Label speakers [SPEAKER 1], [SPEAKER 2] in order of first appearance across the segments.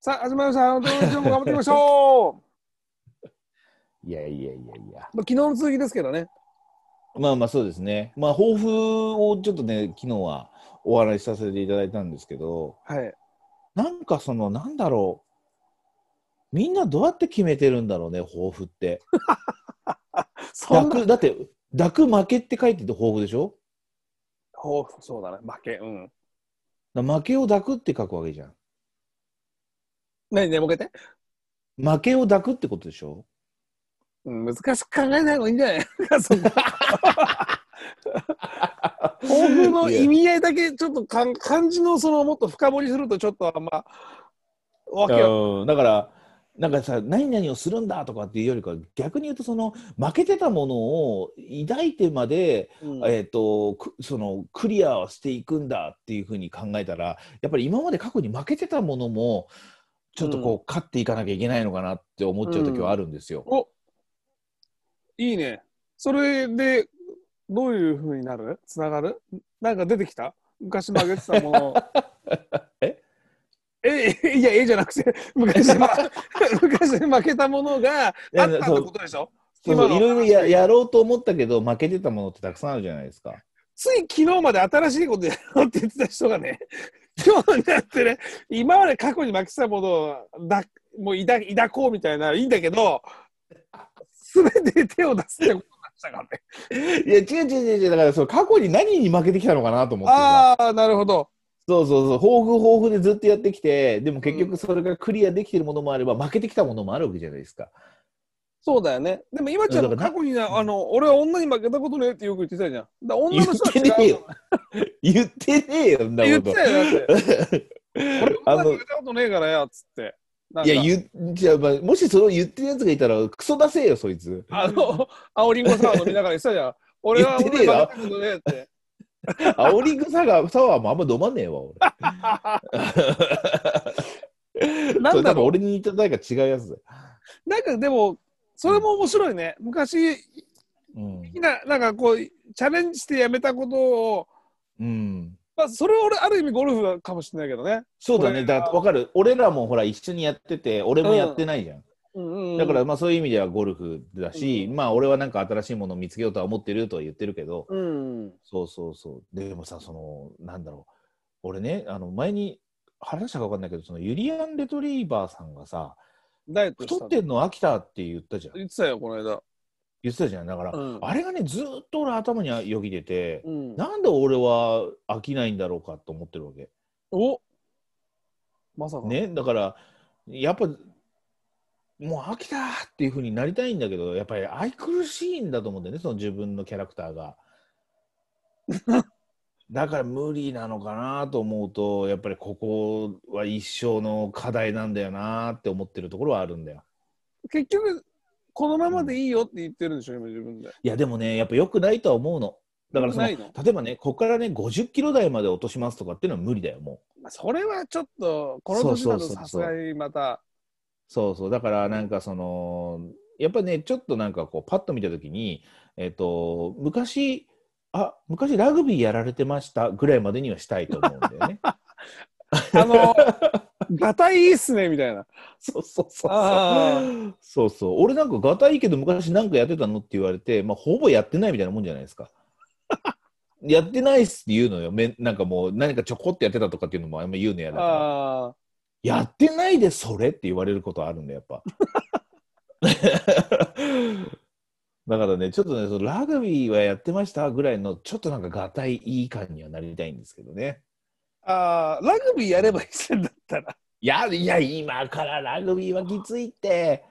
[SPEAKER 1] さあ、始まりました。あの、今日も頑張っていきましょ
[SPEAKER 2] いやいやいやいや。
[SPEAKER 1] う。まあ、昨日の続きですけどね。
[SPEAKER 2] まあまあそうですね。まあ抱負をちょっとね、昨日はお笑いさせていただいたんですけど、
[SPEAKER 1] はい。
[SPEAKER 2] なんかその、なんだろう。みんなどうやって決めてるんだろうね、抱負って。
[SPEAKER 1] そん
[SPEAKER 2] 抱
[SPEAKER 1] な。
[SPEAKER 2] く、だって、抱く負けって書いてて抱負でしょ
[SPEAKER 1] ほう、そうだね。負け。うん。
[SPEAKER 2] だから負けを抱くって書くわけじゃん。
[SPEAKER 1] 何ね、もう一回言って。
[SPEAKER 2] 負けを抱くってことでしょ
[SPEAKER 1] うん、難しく考えない方がいいんじ ゃないそんな抱負の意味合いだけ、ちょっとかん漢字のその、もっと深掘りすると、ちょっとあんま、わけわ
[SPEAKER 2] うんだからなんかさ何々をするんだとかっていうよりかは逆に言うとその負けてたものを抱いてまで、
[SPEAKER 1] うん
[SPEAKER 2] えー、とくそのクリアをしていくんだっていうふうに考えたらやっぱり今まで過去に負けてたものもちょっとこう、勝っていかなきゃいけないのかなって思っちゃう時はあるんですよ。
[SPEAKER 1] おいいね。それで、どういうふうになるつながるなんか出てきた昔曲げてたもの。
[SPEAKER 2] え
[SPEAKER 1] え、いや、えじゃなくて、 昔、 ま、昔負けたものがあっ
[SPEAKER 2] いや
[SPEAKER 1] たって
[SPEAKER 2] そう
[SPEAKER 1] ことでしょ
[SPEAKER 2] そう
[SPEAKER 1] 今
[SPEAKER 2] そう
[SPEAKER 1] の
[SPEAKER 2] いろいろややろうと思ったけど負けてたものってたくさんあるじゃないですか。
[SPEAKER 1] つい昨日まで新しいことやろうって言ってた人がね、 今日になってね、今まで過去に負けてたものをだもう抱抱こうみたいな、いいんだけ ど、すべて手を出すってことになっちゃうからね。
[SPEAKER 2] いや違う違う違う違うだからそう過去に何に負けてきたのかなと思ってさ
[SPEAKER 1] ああ、なるほど。
[SPEAKER 2] そうそうそう、抱負抱負でずっとやってきて、でも結局それがクリアできてるものもあれば、負けてきたものもあるわけじゃないですか。
[SPEAKER 1] そうだよね。でも今ちゃん
[SPEAKER 2] だ
[SPEAKER 1] の
[SPEAKER 2] から
[SPEAKER 1] 過
[SPEAKER 2] な
[SPEAKER 1] 去にな、あの、俺は女に負けたことねえってよく言ってたじゃん。だから女の人は違う
[SPEAKER 2] 言ってねえよ。言ってねえよ、そんな
[SPEAKER 1] 言って
[SPEAKER 2] こと。
[SPEAKER 1] たよ、だって。俺
[SPEAKER 2] あ
[SPEAKER 1] 女に
[SPEAKER 2] の
[SPEAKER 1] 負けたことねえからや、つって。なん
[SPEAKER 2] い
[SPEAKER 1] か
[SPEAKER 2] や、言っじゃあ、まあ、もしそれを言ってるやつがいたら、クソ出せよ、そいつ。
[SPEAKER 1] あの、青りんごサワー飲みながら言ってたじゃん。俺は女に負けたことねえって。
[SPEAKER 2] 煽り草が、サワーもあんま飲まねえわ、俺。
[SPEAKER 1] なんだろう
[SPEAKER 2] それ多分俺に似た誰か違うやつだよ。
[SPEAKER 1] なんかでも、それも面白いね。昔、
[SPEAKER 2] うん。
[SPEAKER 1] ななんかこう、チャレンジしてやめたことを、
[SPEAKER 2] うん。
[SPEAKER 1] まあ、それは俺、ある意味ゴルフかもしれないけどね。
[SPEAKER 2] そうだ
[SPEAKER 1] これ
[SPEAKER 2] ね。
[SPEAKER 1] が
[SPEAKER 2] だから、わかる。俺らもほら、一緒にやってて、俺もやってないじゃん。
[SPEAKER 1] うんうんうん
[SPEAKER 2] だから、まあそういう意味ではゴルフだし、
[SPEAKER 1] う
[SPEAKER 2] まあ俺はなんか新しいものを見つけようとは思ってるとは言ってるけど、
[SPEAKER 1] うん。
[SPEAKER 2] そうそうそう。でもさ、その、なんだろう。俺ね、あの前に話したか分かんないけど、そのユリアン・レトリーバーさんがさ、
[SPEAKER 1] ダイエットした
[SPEAKER 2] 太
[SPEAKER 1] の
[SPEAKER 2] ってんの飽きたって言ったじゃん。
[SPEAKER 1] 言ってたよ、この間。
[SPEAKER 2] 言ってたじゃん。だから、
[SPEAKER 1] うん
[SPEAKER 2] あれがね、ずーっと俺頭によぎ出て、
[SPEAKER 1] うん
[SPEAKER 2] なんで俺は飽きないんだろうかと思ってるわけ。
[SPEAKER 1] おまさか。
[SPEAKER 2] ね、だから、やっぱ、もう飽きたっていうふうになりたいんだけど、やっぱり愛くるしいんだと思うんだよね、その自分のキャラクター が。だから無理なのかなと思うと、やっぱりここは一生の課題なんだよなって思ってるところはあるんだよ。
[SPEAKER 1] 結局、このままでいいよって言ってるんでしょ、今自分で。
[SPEAKER 2] いや、でもね、やっぱ良くないとは思うの。だからその、
[SPEAKER 1] 良く
[SPEAKER 2] 例
[SPEAKER 1] ない
[SPEAKER 2] えばね、ここからね、50キロ台まで落としますとかっていうのは無理だよ、もう。
[SPEAKER 1] まあそれはちょっと、この年だとさすがにまた。
[SPEAKER 2] そうそうだからなんかそのやっぱねちょっとなんかこうパッと見た時にえっ、と昔あ昔ラグビーやられてましたぐらいまでにはしたいと思うんだよね。
[SPEAKER 1] あの、 ガタイいいっすね、みたいな。
[SPEAKER 2] そうそうそう
[SPEAKER 1] あ
[SPEAKER 2] そうそうそう俺なんかガタいいけど昔なんかやってたのって言われて、まあ、ほぼやってないみたいなもんじゃない ですか。やってないっすって言うのよめなんかもう何かちょこっとやってたとかっていうのもあんま言うのやだから
[SPEAKER 1] あ
[SPEAKER 2] やってないでそれって言われることあるんだやっぱ。 だからねちょっとねそのラグビーはやってましたぐらいのちょっとなんかがたいいい感にはなりたいんですけどね。
[SPEAKER 1] ーあー、ラグビーやればいいっすんだったら。
[SPEAKER 2] いやいや今からラグビーはきついって。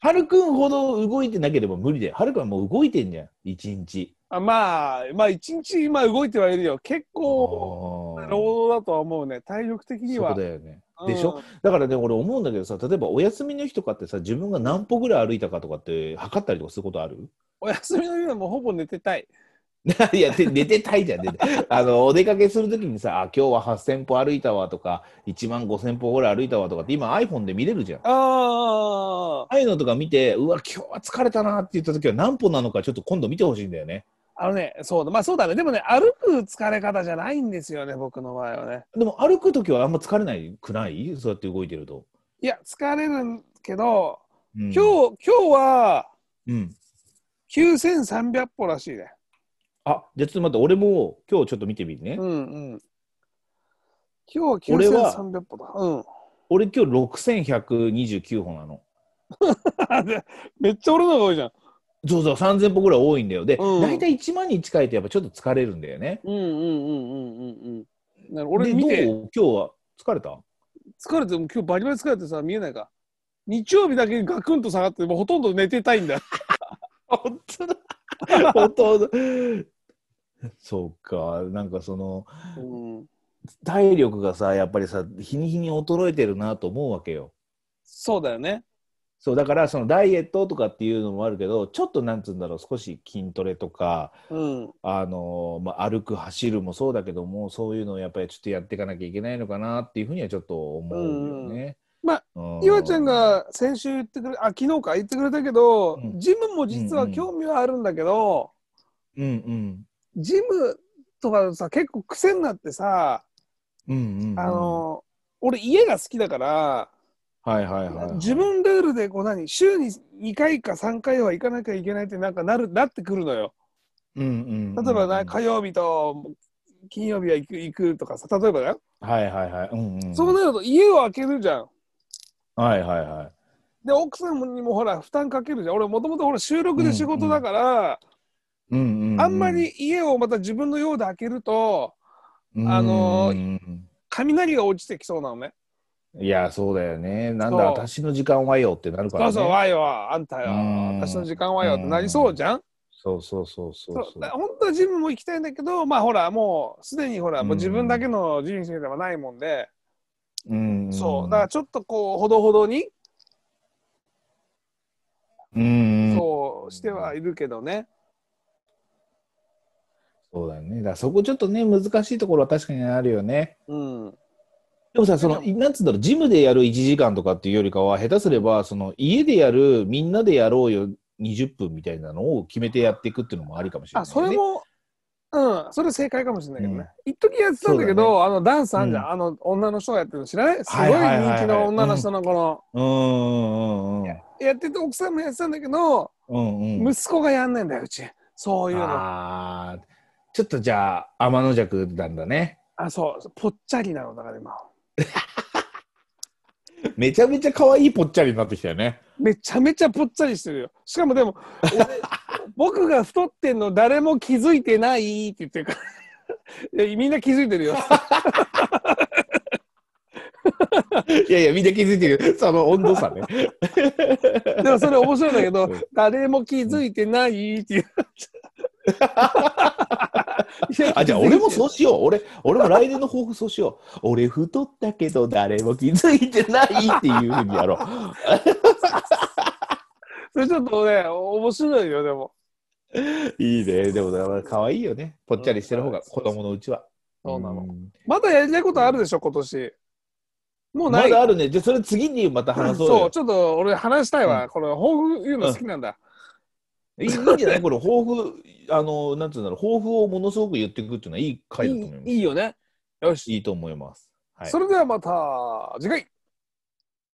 [SPEAKER 2] ハルくんほど動いてなければ無理だよ。ハルくんはもう動いてんじゃん一日。
[SPEAKER 1] あまあ、まあ、一日今動いてはいるよ。結構、
[SPEAKER 2] あー
[SPEAKER 1] 労働だとは思うね。体力的に
[SPEAKER 2] そ
[SPEAKER 1] は。
[SPEAKER 2] うだよね。
[SPEAKER 1] うん
[SPEAKER 2] でしょだからね俺思うんだけどさ例えばお休みの日とかってさ自分が何歩ぐらい歩いたかとかって測ったりとかすることある
[SPEAKER 1] お休みの日はもうほぼ寝てたい。
[SPEAKER 2] いや、で寝てたいじゃん、ね、あのお出かけするときにさ、あ今日は8000歩歩いたわとか、1万5000歩ぐらい歩いたわとかって、今、iPhone で見れるじゃん。あ
[SPEAKER 1] ああ。
[SPEAKER 2] あいうのとか見て、うわ、今日は疲れたなって言ったときは、何歩なのか、ちょっと今度見てほしいんだよね。
[SPEAKER 1] あのね、そうだ、まあそうだね。でもね、歩く疲れ方じゃないんですよね、僕の場合はね。
[SPEAKER 2] でも歩くときはあんま疲れないくないそうやって動いてると。
[SPEAKER 1] いや、疲れるけど、今
[SPEAKER 2] 今
[SPEAKER 1] 日、今日は
[SPEAKER 2] うん。
[SPEAKER 1] 9300歩らしいね。
[SPEAKER 2] あ、じゃあちょっと待って、俺も今日ちょっと見てみるね。
[SPEAKER 1] うんうん。今日
[SPEAKER 2] 俺は
[SPEAKER 1] 9300歩だ。うん。
[SPEAKER 2] 俺今日6129歩なの。
[SPEAKER 1] めっちゃ俺の方が多いじゃん。
[SPEAKER 2] そうそう、3000歩ぐらい多いんだよ。で、
[SPEAKER 1] うん
[SPEAKER 2] 大体1万人近いとやっぱちょっと疲れるんだよね。
[SPEAKER 1] うんうんうんうんうんうん。なる俺
[SPEAKER 2] で
[SPEAKER 1] 見て
[SPEAKER 2] ど、う今日は疲れた
[SPEAKER 1] 疲れて、もう今日バリバリ疲れてさ、見えないか。日曜日だけガクンと下がって、もうほとんど寝てたいんだ。
[SPEAKER 2] 本当だ。本当だ。そうか、なんかその、
[SPEAKER 1] うん、
[SPEAKER 2] 体力がさ、やっぱりさ、日に日に衰えてるなと思うわけよ。
[SPEAKER 1] そうだよね。
[SPEAKER 2] そうだからそのダイエットとかっていうのもあるけどちょっとなんつうんだろう少し筋トレとか、
[SPEAKER 1] うん。
[SPEAKER 2] あのーまあ、歩く走るもそうだけどもそういうのをやっぱりちょっとやっていかなきゃいけないのかなっていうふうにはちょっと思うよね。
[SPEAKER 1] うんまあ
[SPEAKER 2] あ
[SPEAKER 1] ゆわちゃんが先週言ってくれ、あ、昨日か言ってくれたけど、
[SPEAKER 2] うん
[SPEAKER 1] ジムも実は興味はあるんだけど、
[SPEAKER 2] うんうん
[SPEAKER 1] ジムとかさ、結構癖になってさ、
[SPEAKER 2] うんうんうん
[SPEAKER 1] あの、俺家が好きだから、
[SPEAKER 2] はいはいはいはい
[SPEAKER 1] 自分ルールでこう何週に2回か3回は行かなきゃいけないってなんかなるなってくるのよ。
[SPEAKER 2] うんうんうん
[SPEAKER 1] 例えばな火曜日と金曜日は行く行くとかさ例えばだよ、
[SPEAKER 2] はいはいはいうんうん
[SPEAKER 1] そうなると家を開けるじゃん。
[SPEAKER 2] はいはいはい
[SPEAKER 1] で奥さんにもほら負担かけるじゃん俺もともとほら収録で仕事だから、
[SPEAKER 2] うんうんうん
[SPEAKER 1] あんまり家をまた自分のようで開けるとあのー
[SPEAKER 2] うんうん
[SPEAKER 1] 雷が落ちてきそうなのね。
[SPEAKER 2] うんいやそうだよねなん
[SPEAKER 1] そ
[SPEAKER 2] だ
[SPEAKER 1] う
[SPEAKER 2] 私の時間はよってなるから
[SPEAKER 1] そう
[SPEAKER 2] ね
[SPEAKER 1] そうわいわあんたよ
[SPEAKER 2] うん
[SPEAKER 1] 私の時間はよってなりそうじゃん。
[SPEAKER 2] そうそうそうそう
[SPEAKER 1] そうだ本当はジムも行きたいんだけどまあほらもうすでにほらもう自分だけの人生ではないもんで、
[SPEAKER 2] うんん
[SPEAKER 1] そうだからちょっとこうほどほどに
[SPEAKER 2] うんうん
[SPEAKER 1] そうしてはいるけどね、
[SPEAKER 2] そうだよね。だからそこちょっとね、難しいところは確かにあるよね。
[SPEAKER 1] うん、
[SPEAKER 2] でもさ、その、
[SPEAKER 1] で
[SPEAKER 2] なんつうんだろう、ジムでやる1時間とかっていうよりかは、下手すれば、その、家でやる、みんなでやろうよ、20分みたいなのを決めてやっていくっていうのもありかもしれない、
[SPEAKER 1] あ
[SPEAKER 2] ね。
[SPEAKER 1] それも、うんそれ正解かもしれないけどね、一時やってたんだけ
[SPEAKER 2] そ
[SPEAKER 1] どあのダンスあんじゃん、
[SPEAKER 2] う
[SPEAKER 1] あの女の人がやってるの知らないすごい
[SPEAKER 2] はいはいはいはい
[SPEAKER 1] 人気の女の人のこの、
[SPEAKER 2] うーんうんうんうん。
[SPEAKER 1] やってて奥さんもやってたんだけど、
[SPEAKER 2] うんうん。
[SPEAKER 1] 息子がやんないんだようちそういうのあ
[SPEAKER 2] ああ、ちょっとじゃあ、天の弱なんだね。
[SPEAKER 1] そうぽっちゃりなのだから今
[SPEAKER 2] めちゃめちゃ可愛いぽっちゃりになってきたよね。
[SPEAKER 1] めちゃめちゃぽっちゃりしてるよしかもでも 俺僕が太ってんの誰も気づいてないって言ってるからいやみんな気づいてる よ
[SPEAKER 2] いやいや、みんな気づいてる。その温度差ね。
[SPEAKER 1] でもそれ面白いんだけど
[SPEAKER 2] うん、
[SPEAKER 1] 誰も気づいてないっていう。いや。
[SPEAKER 2] あ、じゃあ俺もそううしよう。俺、俺も来年の抱負そうしよう。俺太ったけど誰も気づいてないっていうふうにやろう。
[SPEAKER 1] それちょっとね、面白いよ、でも。
[SPEAKER 2] いいね。でも、だから可愛いよね。ぽっちゃりしてる方が子供のうちは。
[SPEAKER 1] そうなの
[SPEAKER 2] ん
[SPEAKER 1] まだやりたいことあるでしょ、今年。もうな
[SPEAKER 2] ま
[SPEAKER 1] い。
[SPEAKER 2] だあるね。じゃあそれ次にまた
[SPEAKER 1] うん
[SPEAKER 2] 話そう
[SPEAKER 1] そう、
[SPEAKER 2] よ。
[SPEAKER 1] ちょっと俺話したいわ。この抱負言うの好きなんだ。
[SPEAKER 2] いいいいんじゃないこれ、抱負、あの、なんつうんだろう、抱負をものすごく言っていくっていうのはいい回だと思います。
[SPEAKER 1] いいいいよね。よし。
[SPEAKER 2] いいと思います。はい。
[SPEAKER 1] それではまた次回。